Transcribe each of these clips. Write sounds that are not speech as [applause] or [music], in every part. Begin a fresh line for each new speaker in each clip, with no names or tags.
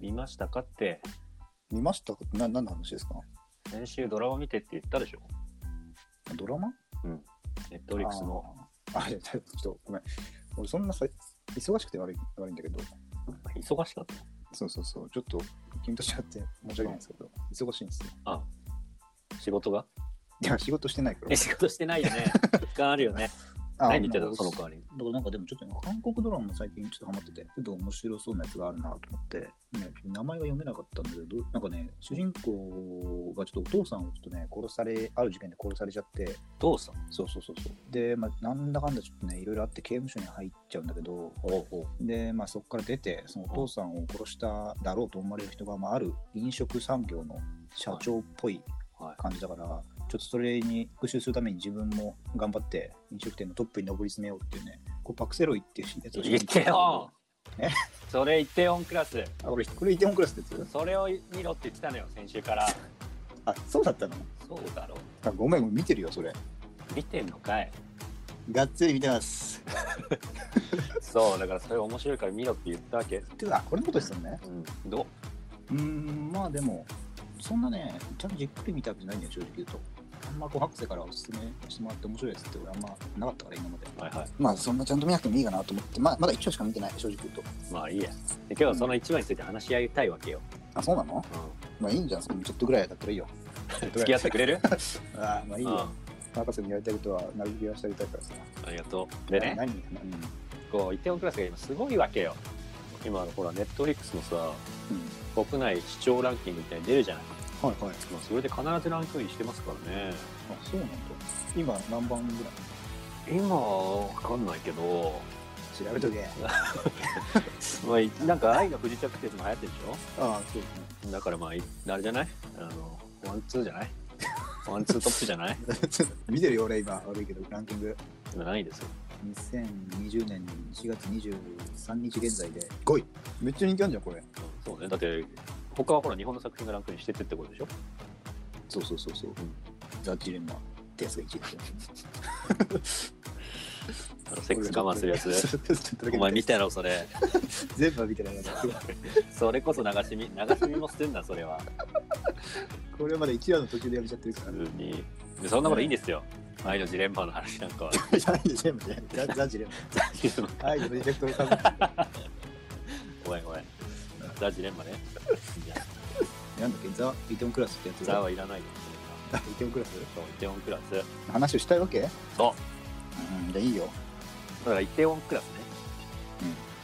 見ましたかって、
見ましたかな、何の話ですか
先週ドラマ見てって言ったでしょ。
ドラマ
ネットフリックスの。
あー。あ、いやちょっとごめん。俺そんなさ、忙しくて悪い悪いんだけど、
忙しかった。
そうそうそう、ちょっと君としちゃって申し訳ないんですけど、忙しいんですよ。
あ仕事が
いや、仕事してないから
[laughs] え、。仕事してないよね。時 [laughs] 間あるよね。
あ
何見てた
な
の
んか
その代わりに。
だからなんかでもちょっとね韓国ドラマも最近ちょっとハマってて、ちょっと面白そうなやつがあるなと思って、ね、名前は読めなかったんだけど、なんかね、主人公がちょっとお父さんをちょっとね、殺され、ある事件で殺されちゃって、
どうした
そうそうそうそう。で、まあ、なんだかんだちょっとね、いろいろあって刑務所に入っちゃうんだけど、
おうおう
で、まあ、そこから出て、そのお父さんを殺しただろうと思われる人が、まあ、ある飲食産業の社長っぽい
はい。
感じだから、ちょっとそれに復讐するために自分も頑張って飲食店のトップに上り詰めようっていうね、こうパクセロイっていうやつを
言ってよ
え
それ言ってよ、オンクラス。
あ、俺、これイテオンクラスってやつ
それを見ろって言ってたのよ、先週から。
あ、そうだったの
そうだろ。
あごめん、見てるよ、それ。
見てんのかい。
がっつり見て [laughs] ます。
そう、だからそれ面白いから見ろって言ったわけ。
てか、あこれのことですよね。
うん。ど
うーん、まあでも、そんなね、ちゃんとじっくり見たわけじゃないんだよ、正直言うと。あんまこう、博士からおすすめしてもらって面白いやつって俺あんまなかったから、今まで。
うはいはい。
まあ、そんなちゃんと見なくてもいいかなと思って、まあ、まだ一話しか見てない、正直言うと。
まあいいや。で今日はその一番について話し合いたいわけよ。
あ、そうなの
う
まあいいんじゃん、そのちょっとぐらいだったらいいよ。
ん。 [laughs] 付き合ってくれる
ああ、まあいいよ。
う
博士にやりたいことは、なるべくやらせてあげたいからさ。
んありがとう。でね。
何うん。うん。
こうイテウォンクラスが今すごいわけよ今あのほらネットフリックスのさ国内視聴ランキングみたいに出るじゃない、
はいはい。
まあ、それで必ずランクインしてますからね
あ、そうなんだ。今、何番ぐらい
今は分かんないけど、
調べとけ。
まあい、なんか愛の不時着ってやつも流行ってるで
ああ、そうですね。
しょだからまあいあれじゃないあのワンツーじゃ [laughs] ないワンツートップじゃない
[laughs] 見てるよ、俺今。悪いけど、ランキング。
今ないですよ
2020年4月23日現在で5位めっちゃ人気あるじゃんこれ
うんそうねだって他はほら日本の作品がランクインしてってってことでしょ
そうそうそうそう、
ん
ザ・ジレンマってやつが1位ですよ
あのセックス我慢するや
[laughs]
つお
お
前見たろそれ
全部は見てないやつ
それこそ流し見流し見もしてんだそれは
これまで1話の途中でやめ [laughs] ちゃってるか
普通にでそんなこといいんですよ、愛のジレンマの話なんかは [laughs]
らじゃない全部じゃないザ・ザジレンマはいプロジェクトの多分
ごめんごめんザ・ジレンマねいや
なんだっけザ・イテオンクラスってやつ
ザはいらないよ
ザイテオンクラス
ジレンマそうイテオンクラス
話をしたいわけ
そう
うんじゃあいいよ
だからイテオンクラスね、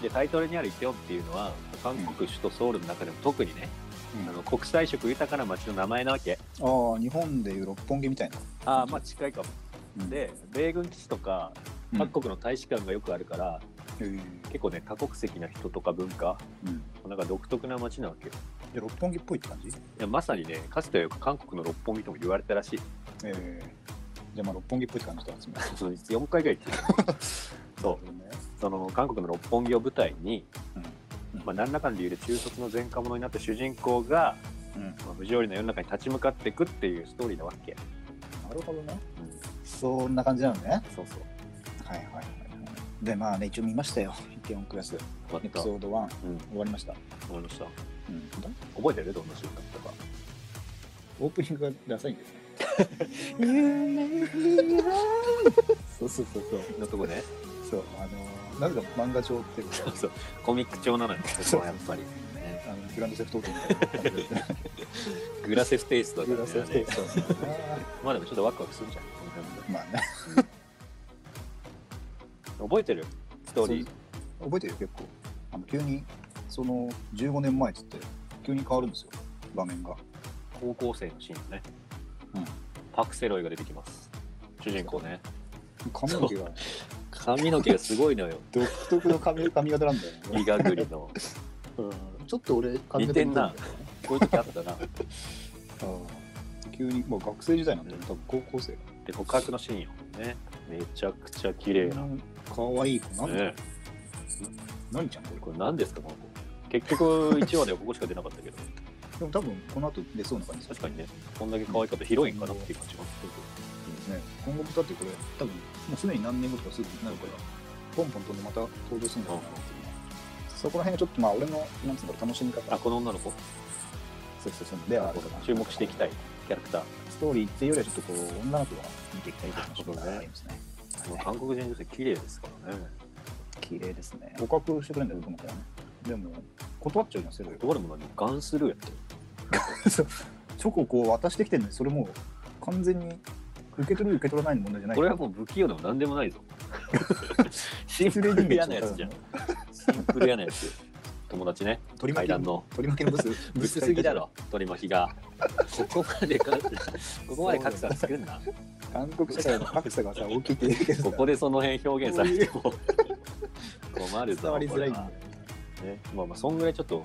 でタイトルにあるイテオンっていうのは韓国首都ソウルの中でも特にね、
うん
あの国際色豊かな街の名前なわけ
ああ日本でいう六本木みたいな
ああまあ近いかも、
うん
で米軍基地とか
うん
各国の大使館がよくあるから、
へえ
結構ね多国籍な人とか文化
うん
なんか独特な街なわけよ
じゃあ六本木っぽいって感じ
いやまさにねかつてはよく韓国の六本木とも言われたらしい
ええじゃあまあ六本木っぽいって感じだですね。
そう4回ぐらい行ってるそうその韓国の六本木を舞台に、
うん
まあ、何らかの理由で中卒の前科者になった主人公が、
うん、な
まあ、不条理な世の中に立ち向かっていくっていうストーリーなわけ、
るほどね。
うん、
そんな感じなのね。
そうそう
はいはいはいはい。でまあね一応見ましたよ。イテオンクラ
終
スエピ
わった
ソード1終
うん
わりました。
思いました
うん、
覚えてるどんなシーンだったか
オープニングがダサいん [laughs] ですね。そうそうそうそう。
のとこね
そうあのー、なぜか漫画帳っていうか
そうそうコミック調なのよそこはやっぱり、ね、
あのグランドセフトオートみたいな感 [laughs] じで。
グラセフテイストだ
グ
か
ランド
ら
セフト
ね
オート。
まあでもちょっとワクワクするじゃんこの辺で
[laughs] まあね。
覚えてるストーリー
そう覚えてるよ結構あの急にその15年前っつって急に変わるんですよ場面が
高校生のシーンね、
うん
パク・セロイが出てきます主人公ね
髪の毛が
髪の毛がすごいの [laughs] よ
独特の髪髪型なんだよ
イ
ね、
ガグリの
うんちょっと俺髪
似てん
型似てる
なこういう時あったな
うん急に、まあ、学生時代なんだよ多分高校生
で告白のシーンよねめちゃくちゃ綺麗な、
うん可愛い子なんだ、
ね、
何ちゃんこれ
これ何ですかこの子結局1話ではここしか出なかったけど
でも多分この後出そうな感じ
確かにねこんだけ可愛かったヒロインかなっていう感じが
ですね今後もだってこれ多分もうすでに何年後とかすぐになるからポンポン飛んでまた登場するんだろうなっていうねそこら辺がちょっとまあ俺のなんつうんだろう楽しみ方
あこの女の子
そうそうそうではあるかな
注目していきたいキャラクター
ストーリーっていうよりはちょっとこう女の子が見ていきたいという話があります
こ
ね
の
はい
韓国人女性綺麗ですからね
綺麗ですね告白してくれるんだよ僕もからねでも断っちゃうのするよ
どれも何もガンスルーやって
チョコをこう渡してきてるのにそれもう完全に受け取る受け取らないの問題じゃない
これはもう不器用でも何でもない [laughs] ぞシンプルに嫌なやつじゃんシンプル嫌なやつ友達ね
取り
階
巻き
段の
取り巻きのブス
ぶつすぎだろ取り巻きがここまでか [laughs] ここまで格差作るんだ
韓国社会の格差がさ大きいって言うけどさ
ここでその辺表現されて
[laughs]
も困るぞ
伝わりづらいん
こ
だ
れは、
よ
ね、まあまあそんぐらいちょっと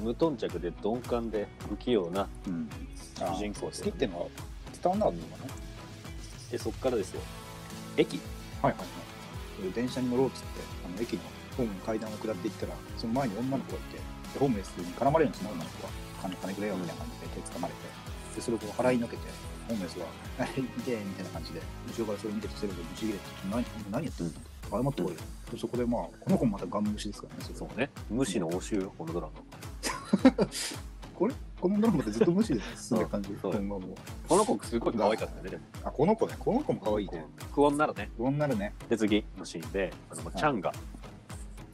無頓着で鈍感で不器用な
うんうん、あ
主人公
好
です
きってのは伝わんなかったのかね
でそっからですよ駅
はいはいはい俺電車に乗ろうっつってあの駅のホームの階段を下っていったらその前に女の子がいてでホームレスに絡まれるんですね女の子が金金くれよみたいな感じで手つかまれてでそれをこう払いのけてホームレスが「はい痛え」みたいな感じで後ろからそれ見ててそれがぶち切れて「何何やってんの?」謝ってこいよでそこでまあこの子もまたガン無視ですからねそれ
そうね無視の応酬よこのドラマ
これこのドラマってずっと無視です進んでる感じ
そう
今後も
この子すごい可愛かったねでも
あこの子ねこの子も可愛いね
不穏ならね
不穏になるね
で次のシーンであのまあチャンガ、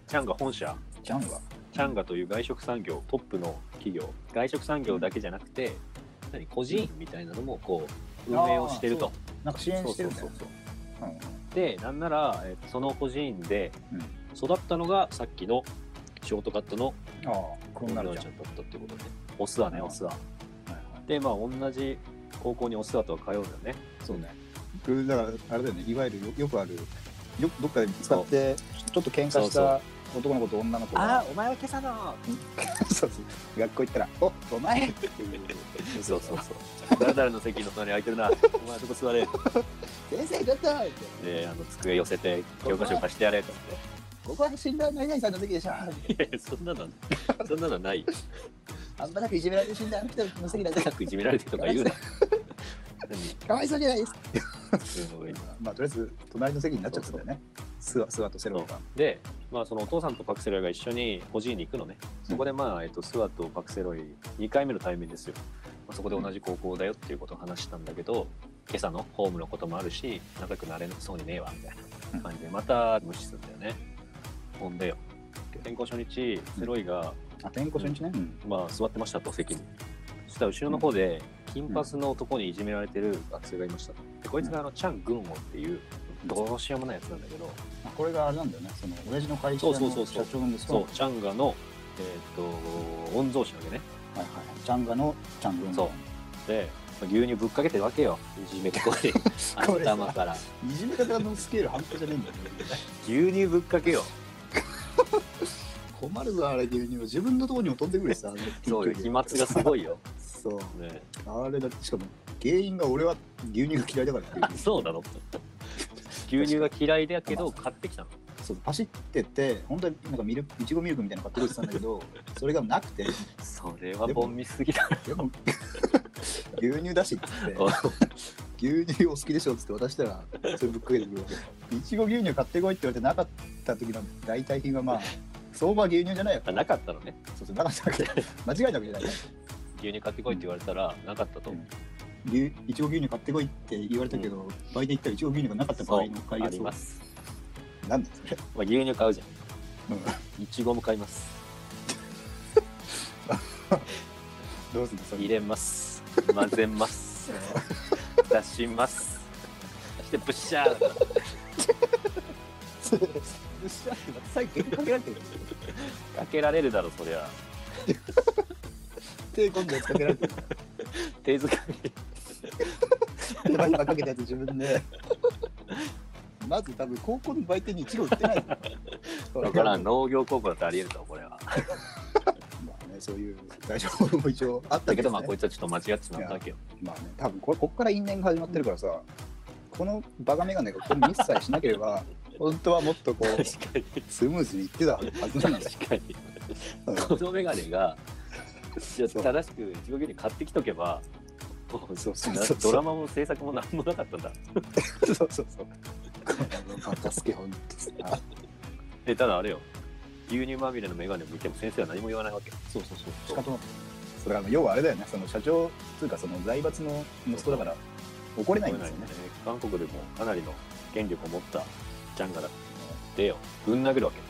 チャンガ本社
ジャンが
チャンガという外食産業トップの企業外食産業だけじゃなくて、何個人みたいなのもこう運営をしてると
なんか支援してるんだ
そう
よ
そうそう
うんうん
でなんなら、えーその個人で
うん
育ったのがさっきのショートカットの
ああこうなるじゃん
ちゃんだったってことねオスだね
うん
オスだ
はいはい
でまあ同じ高校にオスだとは通うんだよね
そうね。これだからあれだよね、いわゆるよよくある、よどっかで使って、ちょっと喧嘩
そう
し
そう
た男の子と女の子が、
お前は今朝の
そうそう学校行ったら、おお前っていう、
[laughs] そうそうそう誰々の席の隣空いてるなお前そこ座れ
先生、ちょっとって
であの机寄せて教科書貸してやれと思って
ここは死んだ何々さんの席でしょ、あ
いやいやそんなのそんなのない
んまなくいじめられて死んだあの人の席だぜ
高くいじめられてとか言うな
[laughs] かわいそうじゃないですか。
何
まあ、とりあえず、隣の席になっちゃったんだよね、スワスワとセロが。
[laughs] で、まあ、そのお父さんとパクセロイが一緒に孤児院に行くのねそこで、まあえっとスワとパクセロイ2回目の対面ですよ、まあ、そこで同じ高校だよっていうことを話したんだけど今朝のホームのこともあるし仲良くなれそうにねえわみたいな感じでまた無視するんだよねほんでよ転校初日セロイが、
あ、転校初日ね。うん
まあ、座ってましたと席にそしたら後ろの方で金髪の男にいじめられてる学生がいましたとでこいつがあのチャン・グンウォンっていうどうしようもないやつなんだけど
あこれがあれなんだよね、その親父の会社
そうそう
の
そうそう
社長の息子
そ
の
う、チャンガの、えーっと御曹司なわけね
はいはい、チャンガのチャングン。
そうで牛乳ぶっかけてるわけよいじめ [laughs] てこい
これさ
頭から
いじめ方のスケール半端じゃねえんだよね。
牛乳ぶっかけよ
困るぞ、あれ牛乳。自分のところにも飛んでくるしさ。
そうよ飛沫がすごい [laughs] よ、
そう。
ね、
あれだって、しかも、原因が俺は牛乳が嫌いだからっていう
あ [laughs] そうなの牛乳が嫌いだけ [laughs] ど買ってきたの
そうパシってって、本当になんかミルク、いちごミルクみたいなの買ってくれてたんだけど、それがなくて、
それはボンミスすぎだ
でも、 [laughs] 牛乳だしって
[laughs]
言って、牛乳お好きでしょっつって渡したら、それぶっかけてくるわけ。いちご牛乳買ってこいって言われてなかった時の代替品はまあ、相場は牛乳じゃないやっぱ。
なかったのね
そうそう、なかったわけ。間違えたわけじゃない。
牛乳買ってこいって言われたらなかったと
牛いちご牛乳買ってこいって言われたけど、売店行ったらいちご牛乳がなかった場合の
あ
解
り
決を
ます、
なんですかね
まあ、牛乳買うじゃ
うん
んいちごも買います
どうするそ
入
れ
れます混ぜます出しますそしてブッシャーだから
最後かけられてる
かけられるだろそりゃ
[laughs] 手今度かけられてる
手づかみ
手間暇かけたやつ自分でまず多分高校の売店にいちご売ってない
だからん
の、
農業高校だってありえるとこれは
まあね、そういう対処法も一応あった
だ
け
け
ど、
ど
ね、
まあこいつはちょっと間違ってしまったわけよ
まあね多分これこっから因縁が始まってるからさこのバカメガネがこれミスさえしなければ本当はもっとこ
確
う
かに
スムーズにいってたはずなんですよ
確かに
うん
このメガネがいや正しくいちご牛乳買ってきとけばもう
そうそう
な
そう
ドラマも制作も何もなかったんだ
そうそうそう。このバカスケ本当さ。
でただあれよ牛乳まみれのメガネを見ても先生は何も言わないわけ
そうそうそう。仕方ない。それはあの要はあれだよね、その社長というかその財閥の息子だから怒れないんですよね。
韓国でもかなりの権力を持ったジャンガだってよぶん殴るわけ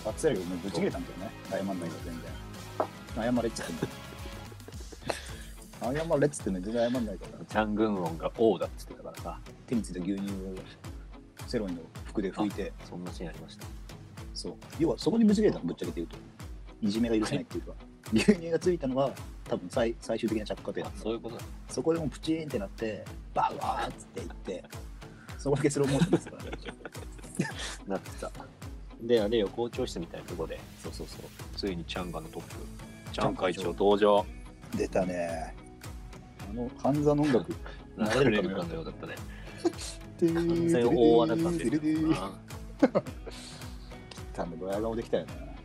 でパッツェルがもうぶち切れたんだよね。謝んないから全然。謝れっつってんの。謝れっつってんのに全然謝んないから。
チャン・グンウォンが王だっつってたからさ
手についた牛乳をセロンの服で拭いて、
そんなシーンありました
そう。要はそこにぶち切れたの、ぶっちゃけて言うと。いじめが許せないっていうか。牛乳がついたのが多分最最終的な着火点だ
あ
った
そういうことだ
そこでもうプチーンってなって、バウワーっつって言って、そこだけスローモーションですからね。
なってたであれよ校長室みたいなとこでそうそうそうついにチャンガのトップチャン会長登場
出たね。あの、半沢の音楽。
流れるかのようだったね
完
完全大穴だったんですけど
来
な
たんで、ドヤ顔できたよね。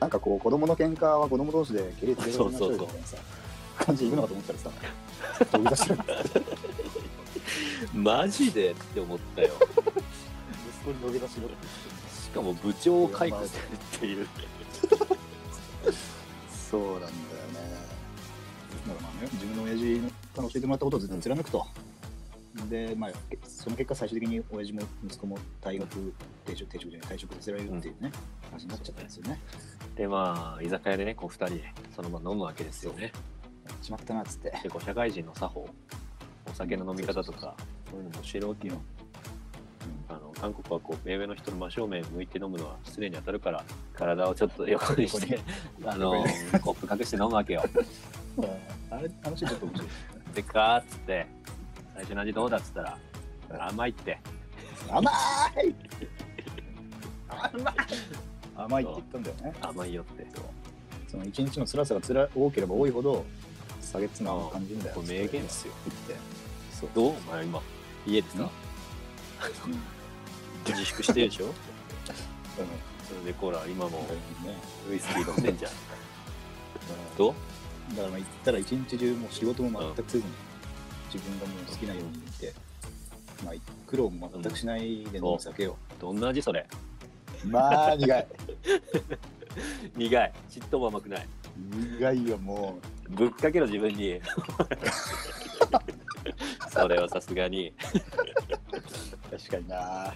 なんかこう、子供の喧嘩は子供同士で蹴りつけるみたい
そう
な
そうそう
さ、感じで行くのかと思ったらさ、土下座してるんだよ
マジでって思ったよ
息子に土下座しろって
しかも部長を解雇するって
[laughs]
いう
そうなんだよね。だからまあね、自分の親父から教えてもらったことを絶対貫くと。で、まあ、その結果、最終的に親父も息子も退学、定職、定職じゃない、退職させられるっていうね、話になっちゃったんですよね。
でまあ居酒屋でねこう2人でそのまま飲むわけですよね
やっちまったなっつって。
でこう社会人の作法お酒の飲み方とかそういうのも知るわけよあの韓国はこう目上の人の真正面向いて飲むのは失礼に当たるから体をちょっと横にしてあのコップ隠して飲むわけよ
うんあれ、話ちょっと面白い。
でかーっつって最初の味どうだっつったら甘いって
甘い甘い甘いって言ったんだよね。
甘いよって
その一日の辛さがつら多ければ多いほど、下げつなを感じるんだよ。
これ名言ですよ
言って。そう。
どうお前今家でさ
うん
自粛してるでしょ
うん
それでコーラ今も
ね
ウイスキー飲んでんじゃんどう
だからまあ言ったら一日中もう仕事も全くせずに、自分がもう好きなように生きて、まあ、苦労も全くしないで飲む酒を、
どんな味それ
まあ苦い
苦いちっとも甘くない
苦いよも
ぶっかけろ自分
[laughs]
にそれはさすがに
う確かにな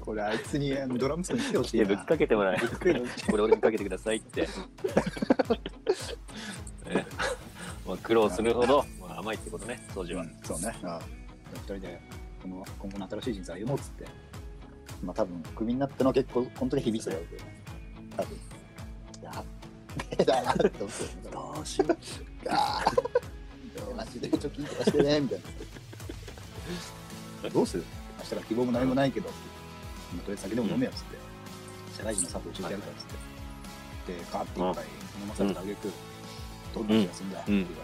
これあいつにあのドラムスに来てほし
い
い
やぶっ
な
かけてもらえ
ぶっかけろ
これ俺にかけてください
[laughs]
って、ねまあ、苦労するほど、まあ、甘いってことね当時は、
うんそうねうん二人でこの今後の新しい人生歩もうっつってまあ多分クビになったのは結構本当に響いてたよ多分や [laughs] っべえだなって思ってたよね
どうしよう
あーマジで貯金とかしてねみたいなどうする明日から希望も何もないけど、まあとりあえず酒でも飲めよっつって、社会人のサポート教えてやるからっつって、でガーッていっぱい飲まされたあげく、どんな気がするんだって言われて、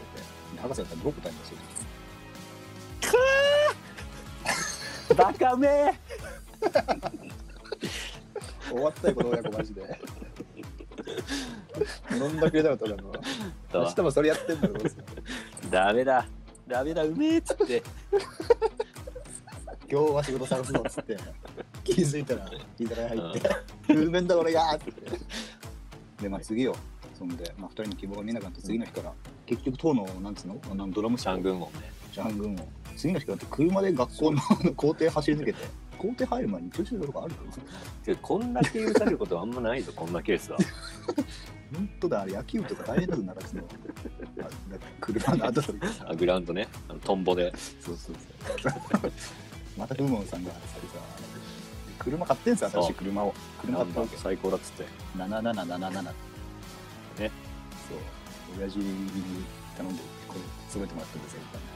で博士だったらどう答えるんですよ
バカめ
終わったよこの親子マジで [laughs] 飲んだくれたかっただろ明日もそれやってんだろどうする
ダメだダメだうめえっつって
今日は仕事探すぞっ
[laughs]
つって気づいたら居酒屋入って「うめんだ俺が!」ってでまあ次よそんで、まあ、2人の希望が見えなかった次の日から、結局当のなんつうのあのドラム
シャン軍門ね
ジャン軍を次の日からだって車で学校のあの校庭走り抜けて校庭入る前に駐車場とかあるの
てかこんだけ許されることはあんまないぞこんなケースは
本当だあれ野球部とか大変だぞ中津のあだって車の
[laughs]
後とかさ
あグラウンドねあのトンボで
そうそうそうまたルモンさんがさ車買ってんすよ新しい車を車
ナ
買っ
ン
た
バ
わ
ー
け
最高だっつって
7777
ね
そう親父に頼んでこれ詰めてもらったんですよみたいな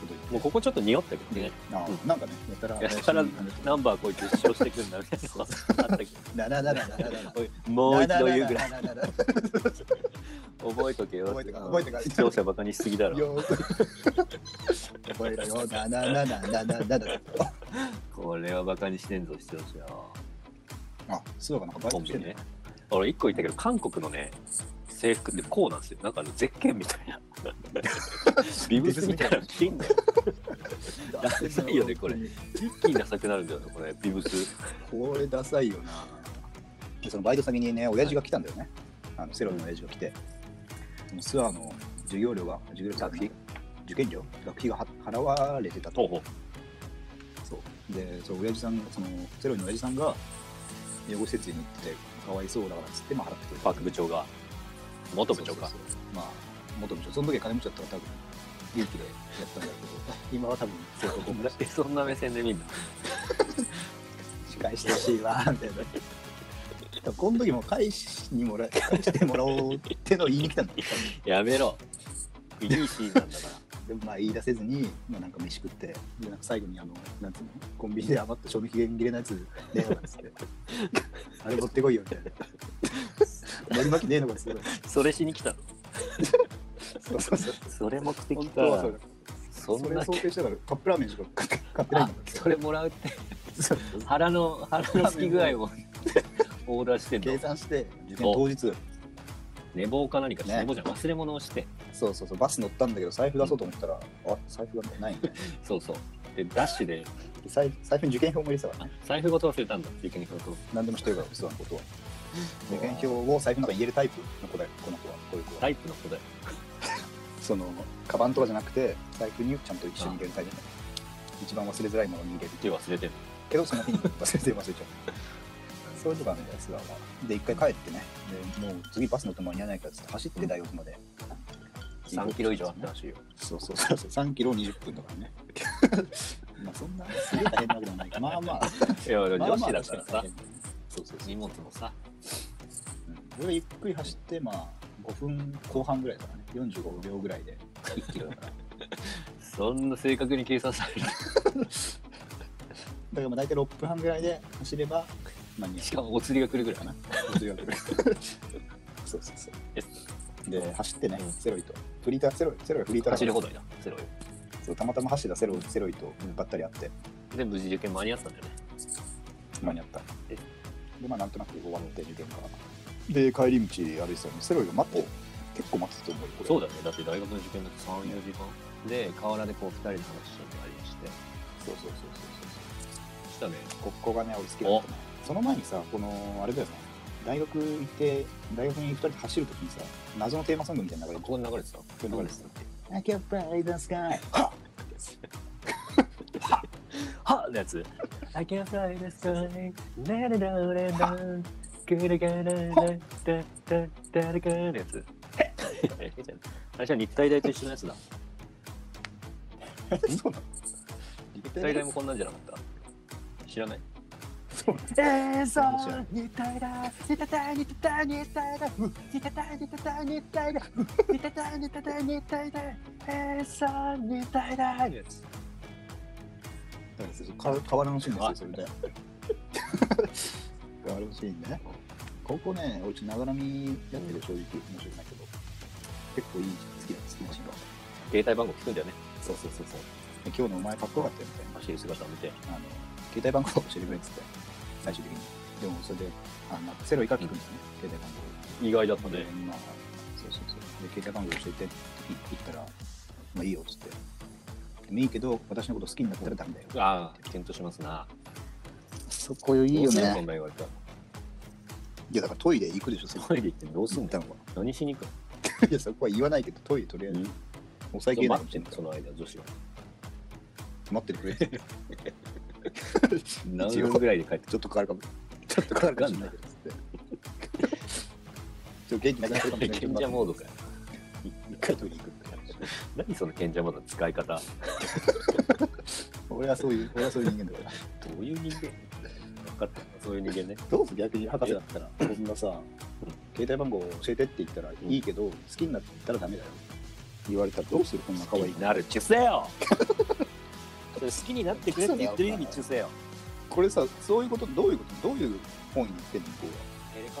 こと言って
もうここちょっと匂ったけどね
ああなんかねやたら
やたらナ
7777
ンバーこいつ主張してくるんだみたいなのがあったけどおいもう一度言うぐらい
い
覚えとけよ
覚えとけ覚えとけ
視聴者バカ [laughs] にしすぎだろ
よーく覚えろよ7777
これはバカにしてんぞ視聴者
あそうかなんかバイ
コ
ト
ン
し
ビ
て
ニ
んの
ね俺1個言ったけど韓国のね制服ってこうなんですよなんかあのゼッケンみたい
[laughs]
なビブスみたいなの着んのよダサいよねこれ一気にダサくなるんだよねこれビブス
これダサいよなでそのバイト先にね、親父が来たんだよね。あのセロリの親父が来て、そのツアーの授業料が、授業料学費受験料学費がは払われてたと。
ほうほ
そうで、その親父さんが、そのセロリの親父さんが、養護施設に行ってて、かわいそうだからっつって、まあ、払ってくれ
う
た。
パーク部長が元部長か
そうそうそうまあ、元部長。その時は金持ちだったから多分、勇気でやったんだけど、 [laughs] 今は多分、そうそう、
なんでそんな目線で見んの
仕返してほしいわみたいな。この時も返しにもら返してもらおうってのを言いに来たんだけど
やめろいいシーンなんだから
でもまあ言い出せずに、まあ、なんか飯食ってでなんか最後にあのなんつうのコンビニで余った賞味期限切れのやつねえのかっつってあれ持ってこいよみたいなのり巻きねえのかっつって
それしに来たの
そうそうそう
それ目的
本
か
当はそうだ
そ
そ
ん
れ
な
想定してたからカップラーメンしか買って買ってないん
あ
だけど
それもらうって
そう
腹の腹のすき具合 [laughs] をオーダーしてん
計
の
算して受験当日
寝坊か何か
ね
寝坊じゃん忘れ物をして
そうそうそうバス乗ったんだけど財布出そうと思ったら、あ財布がないね
そうそうでダッシュで
財財布に受験票も入れてたから
あ財布ごと忘れたんだ受験票と
何でもしてるから実はのことは保険票を財布の中に入れるタイプの子だよこの子はこういう子は、
タイプの子だよ
そのカバンとかじゃなくて財布にちゃんと一緒に入れるタイプの一番忘れづらいものに入れる
手忘れてる
けどその日に忘れて忘れちゃ
[laughs]
うそういうとこあるんだよ素顔はで一回帰ってねでもう次バス乗っても間に合わないからつって走って大学まで、
3キロ以上あったらしいよ
そうそうそうそう3キロ20分とかね [laughs] まあそんなすげえ大変なわけでもないかまあま
[laughs]
あ
いや
まあ
女
まあ
子だからさ
そうそうそう
荷物もさ
うん俺がゆっくり走って、まあ、5分後半ぐらいだからね、45秒ぐらいで1キロ [laughs] だから。
そんな正確に計算される
だからまあ大体6分半ぐらいで走れば間に合
しかもお釣りが来るぐらいかな
うというわけ [laughs] で。そうそうそう。で、走ってね
うん、
セロイと。フリーター、セロイ、セロイはフリーターだか
走
ら
り放題だセロよ
そうたまたま走ったセロイセロイとばったり会って、
で無事受験間に合ってたんだよね
間に合った。
え
で、まあなんとなく終わって受験が。で、帰り道歩いてたのに、セロイが待って、結構待ってたと思うよ、これ
そうだよねだって大学の受験だって34時間で河原でこう2人で話してたりして
そうそうそうそうそう。
したね
ここがね、俺好きだったな。その前にさ、この、あれだよね、大学行って、大学に2人で走るときにさ、謎のテーマソングみたいなのが
ここに流れてたこ
こに流れて
た
「I can fly the sky」はっ
はっのやつ I can fly the sky ラララララグルガララダダダラガラのやつあれじゃ日体大と一緒のやつだ
そうなの
日体大もこんなんじゃなかった知らない
そうなの
えー、そう
なんでしょう、
似たいだ、似たたい、似たたい、似たいだ、う似たたい、似たたい、似たいだ、う似たたい、似たたい、似たいだ、えー、そう、似たいだ。
やつ
か河原のシーンですよ、それで。河原のシーンね。高校ね、おうちながらみやってる正直、面白くないけど、結構いい、好きだ、好きなシーンが。
携帯番号聞くんだよね
そうそうそうそう。で今日のお前かっこよかったよみたいな。
走る姿を見て
あの携帯番号を教えてくれっつって最終的にでもそれであのセロイから聞くんですね、携帯番
意外だった
号で
ね
まあそうそうそうで携帯番号教えてって言ったら「まあいいよ」っつって「でもいいけど私のこと好きになったらダメだよ」
ああ検討しますな
そこよい
どうすんのそんな言われたら
いやだからトイレ行くでしょそこ
トイレ行ってどうす
行
ん
っ
だ
た
よ
のは
何しに行く
いやそこは言わないけどトイレとりあえず
の
抑えきれない
待ってんのその間女子は
待っててくれって
何分ぐらいで帰って
ちょっとかかるかもちょっとかかるかもしれないけどっ
[laughs]
つってちょっと元気なくなるかもしれないけ
[laughs] 賢
ど
者モードかよ
一回トイレ行くって
何その賢者モードの使い方
俺はそういう、俺はそういう人間だから。
どういう人間分かったそういう人間ね
どうする逆に博士だったら、こんなさ、携帯番号教えてって言ったら
ん
いいけど、好きになったらダメだよ。言われたらどうするこんな可愛い。
なる中世よそれ好きになってくれって言ってる意味中世よ
これさ、そういうこと、どういうこと、どういう本に言ってんのこう
照れ隠し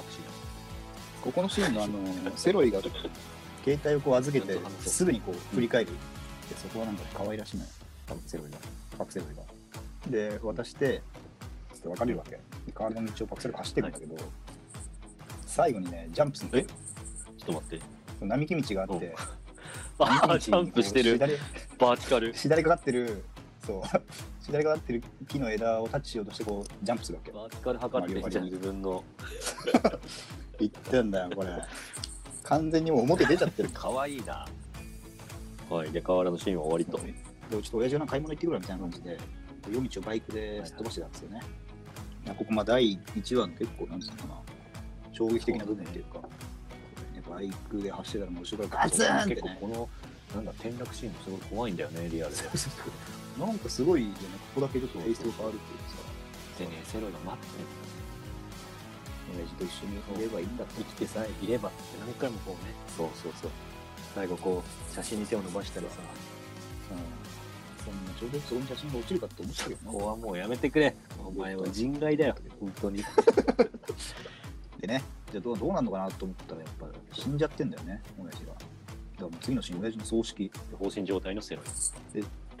ここのシーンのあの、セロイが、携帯をこう預けて
ちょっと話、そう
すぐにこう振り返る。で、そこはなんか可愛らしいのよ。多分セロイが。パクセロイが。で、渡して、ちょっと別れるわけ。で、代わりの道をパクセロイが走ってるんだけど、最後にね、ジャンプするの
えだちょっと待って
並木道があって、
ああジャンプしてる
左
バーティカル
左かかってる、そう、 [laughs] 左側になってる木の枝をタッチしようとしてこうジャンプするわけ
バーティカル測ってんじゃん自分の
言ってんだよこれ完全にもう表出ちゃってるか
可愛いなはいで河原のシーンは終わりと
でちょっと親父がなんか買い物行ってくるわみたいな感じで夜道をバイクですっ飛ばしてたんですよね、いやここまあ第1話の結構なんていうのかな衝撃的な部分っていうかねバイクで走ってたらもう後ろからガツンって、
結
ね、
構このなんだ転落シーンもすごい怖いんだよねリアルで
なんかすごいよね、ここだけちょっとテイストが変わるっていうか
で
さ、
ねセロイが待ってる
親父と一緒にいればいいんだって
生きてさえいればって何回もこうね
そうそうそう。
最後こう写真に手を伸ばしたらさ
うん。そんなちょうどそこに写真が落ちるかって思ったけどな
ここはもうやめてくれお前は人外だよ本当に
でね、じゃあどうどうなんのかなと思ったら、やっぱり死んじゃってんだよね、親父が。だからもう次のシーン、親父の葬式。
放心状態のセロ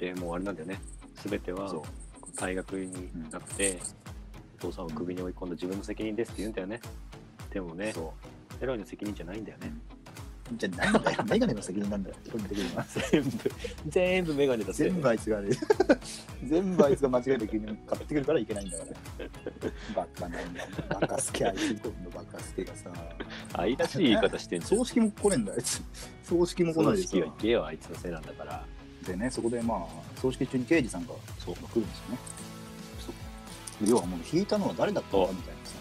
イでもうあれなんだよね全ては
そう
退学になって、お父さんを首に追い込んだ自分の責任ですって言うんだよねでもね
そ
セロイの責任じゃないんだよね
う。じゃあ何だよ、メガネの責任なんだよ、基本
[laughs]
的には。
全部全部メガネ出せ
全部あい [laughs] つがね、全部あいつが間違えて急に買ってくるからいけないん
[laughs]
だから。バカなんだよ。バカスケ、あいつにとってのバカスケがさ。
愛らしい言い方してんじゃん
葬式も来ねえんだよ、あいつ。葬式も来ない
葬
で
式は
さ
行。けよあいつのせいなんだから
でね、そこでまあ、葬式中に刑事さんがそう来るんですよね。で要はもう引いたのは誰だったのかみたいなさ、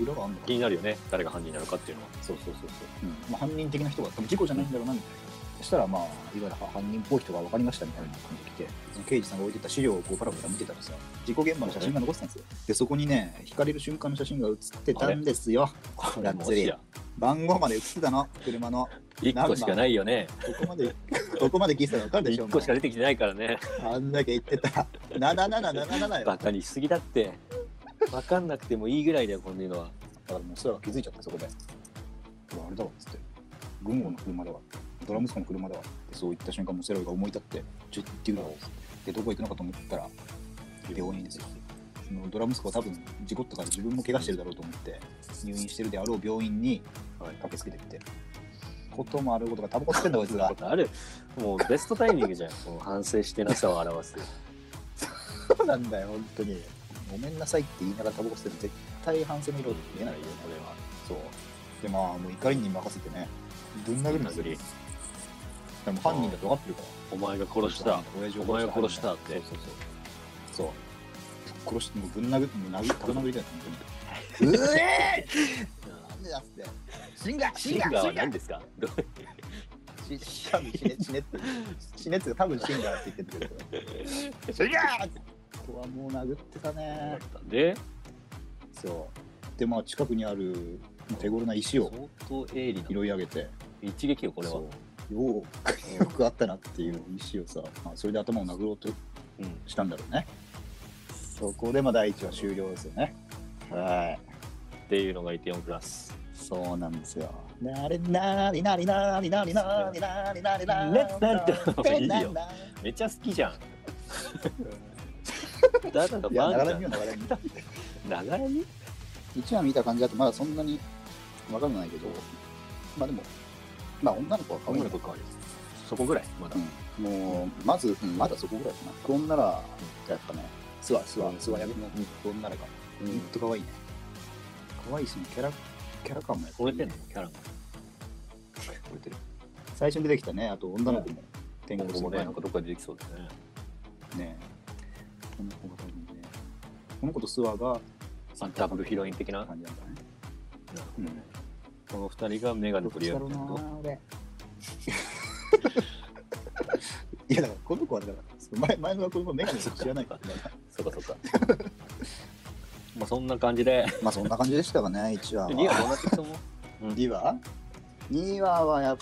裏があんのか
気になるよね誰が犯人なのかっていうのは
そうそうそうそう、うんまあ、犯人的な人が多分事故じゃないんだろうなみたいな、そしたらまあいわゆる犯人っぽい人が分かりましたみたいな感じで来てその刑事さんが置いてた資料をこうパラパラ見てたらさ事故現場の写真が残ってたんですよでそこにね引かれる瞬間の写真が写ってたんですよ
こ
れもしや番号まで写ってたの車の
1個しかないよね
どこまでどこまで聞いてたか分かるでしょ
1個しか出てきてないからね
もうあんだけ言ってた7777よ
バカにしすぎだって分かんなくてもいいぐらいだよこういうのは
だからもうそらが気づいちゃってそこで「うわあれだわ」っつって「軍王の車だわ」ドラムスコの車だわ」ってそう言った瞬間もうセロイが思い立って「ちょっと行ってくるわ」でどこ行くのかと思ったら病院ですよそのドラムスコは多分事故ったから自分も怪我してるだろうと思って入院してるであろう病院に
はい
駆けつけてってこともあることがタバコ吸ってんだこいつ
そんな
が
ことあるもうベストタイミング [laughs] じゃんこの反省してなさを表す
そうなんだよ本当にごめんなさいって言いながらタバコ吸ってる絶対反省の色で見えないよねこれはそうでまあもう怒りに任せてねぶん殴るんですよ
ぶん殴り
でも犯人だと分かってるから
お前が殺した
親父
お前を殺したって
そうそうそうそう殺してもうぶん殴ってもう殴たぶん殴りたい本当にうえーなんでだって死
[laughs]
んだ死
シ
ん
ン
だ
ガー
死
は
んだ
何ですかどう
死死んだ死ね死ねって死ねっていうか多分死んだって言ってるけ
[laughs]
ど死んだってここはもう殴ってたね
で
そうでまあ近くにある手頃な石
相
を
当鋭利
拾
ない
上げて
一撃よこれは
そうようよくあったなっていう石をさ、まあ、それで頭を殴ろうと
うん
したんだろうねそこでまあ第一話終了ですよねはい
っていうのがイテオンプラス
そうなんですよ。なれなりなりなりなりなりなりなりなり
ねなりってのもいいよめっちゃ好きじゃんだからバンじゃん
いや、流れ見よ、流れ見よ。
流れに
一話見た感じだと、まだそんなにわからないけど、まあでも、まあ女の子は可愛い。
子かそこぐらいまだ
うんもう、まず、うんまだそこぐらいかな。こんなら、やっぱね、スワスワ、スワやめの、こんならが、
う
ほんと可愛いね。可愛いし、キャラ、キャラ感もやっぱ
惚れ
いい
て
ね
んのキャラも
惚れてる。最初に出てきたね、あと女の子も、天
今
国
後も
も
ね
ね
なん、かどっかでできそうだよね
ねこの子が多分ねこの子と諏訪が
ダブルヒロイン的な
感じなんだねうん
この二人がメガネ取り合うみたいな
どっ
こ
ち
と
だろうな俺 [laughs] いやだからこの子はだからその前前の子のメガネ知らな
[laughs]
いからね
そうかそうか [laughs] まあそんな感じで
まあそんな感じでしたかね1話
リア
は
どうなってきそうも
2話2話はやっ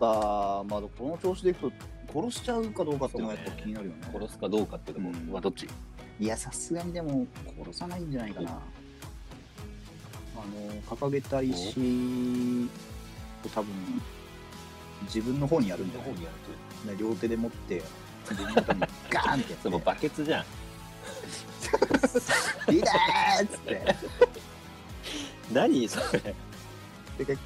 ぱまあこの調子でいくと殺しちゃうかどうかっていうのがやっぱ気になるよね
殺すかどうかっていうのも、
うん
まあどっち
いやさすがにでも殺さないんじゃないかなあの掲げた石を多分自分の方にやるんじゃない
にやるという
両手で持って自分の方にガーンってやっ
そ
て
のバケツじゃん
[laughs] 「リーダー!」っつって
何それ
でけで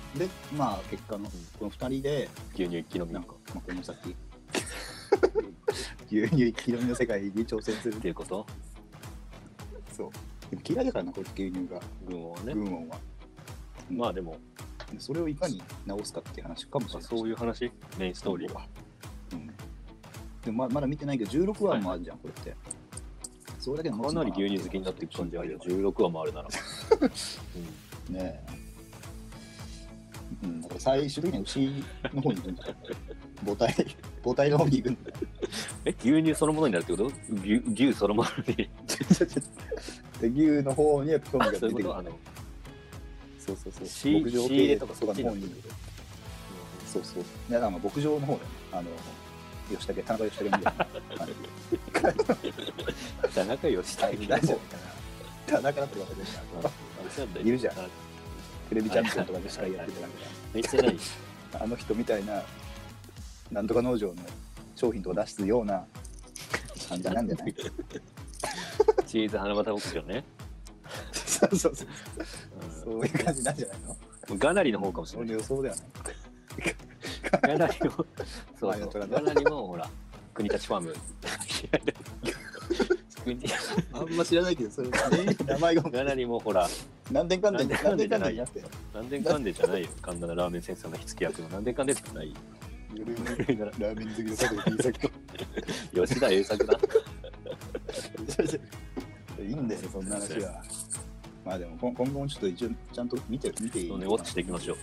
まあ結果のこの2人で
牛乳一気飲み
なんか、まあ、この先ゆゆ牛乳の世界に挑戦する
っていうこと
そうでも嫌いだからなこれ牛乳が
群をね、
群音は
まあでも、
それをいかに直すかっていう話かもしれ
まあ
ない
そういう話メインストーリーは
は、うん、でもままだ見てないけど16話もあるじゃん、これってそれだけでも
かなり牛乳好きになっていく感じあるよ
ね
16話もあ
[laughs]
るなら、
えうん、だから最終的には牛の方に行くんだよ母体母体の方に
[laughs]
行くんだよ
え牛乳そのものになるってこと牛牛そのものに
で牛の方には興味が出
そうい
て
う
く
こ
る
とあの、うん
そうそうそう
仕
牧場
仕入
系
れ
と
と
か
か
そっちの方にそうそういやだからまあ牧場の方だよねあの吉武田中吉武みたいなあれ
田中良したい
大丈夫かな田中だってわかるじ [laughs] ゃんいるじゃん
んあ
テレビチャンピオンとかでしかやってた
見てない
あの人みたいななんとか農場の商品とか出すような感じなんじゃない
チーズ花畑牧場ね、
そうそうそう
うん
そういう感じなんじゃないの
もうガナリの方かもしれ
俺
な
の
い
予想ではない
ガナリもそうそう
前の虎だ
ガナリもほら国立ファーム [laughs] 国
あんま知らないけどそれ名前が
ガナリもほら
[laughs] 何年間で [laughs] 何
何
年
年
間
間
で
で
じゃなくて
何年間でじゃないよ神田のラーメンセンサーの火付け役の何年間でじゃない [laughs]
ゆるゆるラーメン好きの佐藤健
吉田栄作だ
作といいんだよそんな話はまあでも今今後もちょっと一応ちゃんと見て見ていい
そうねウォッチしていきましょう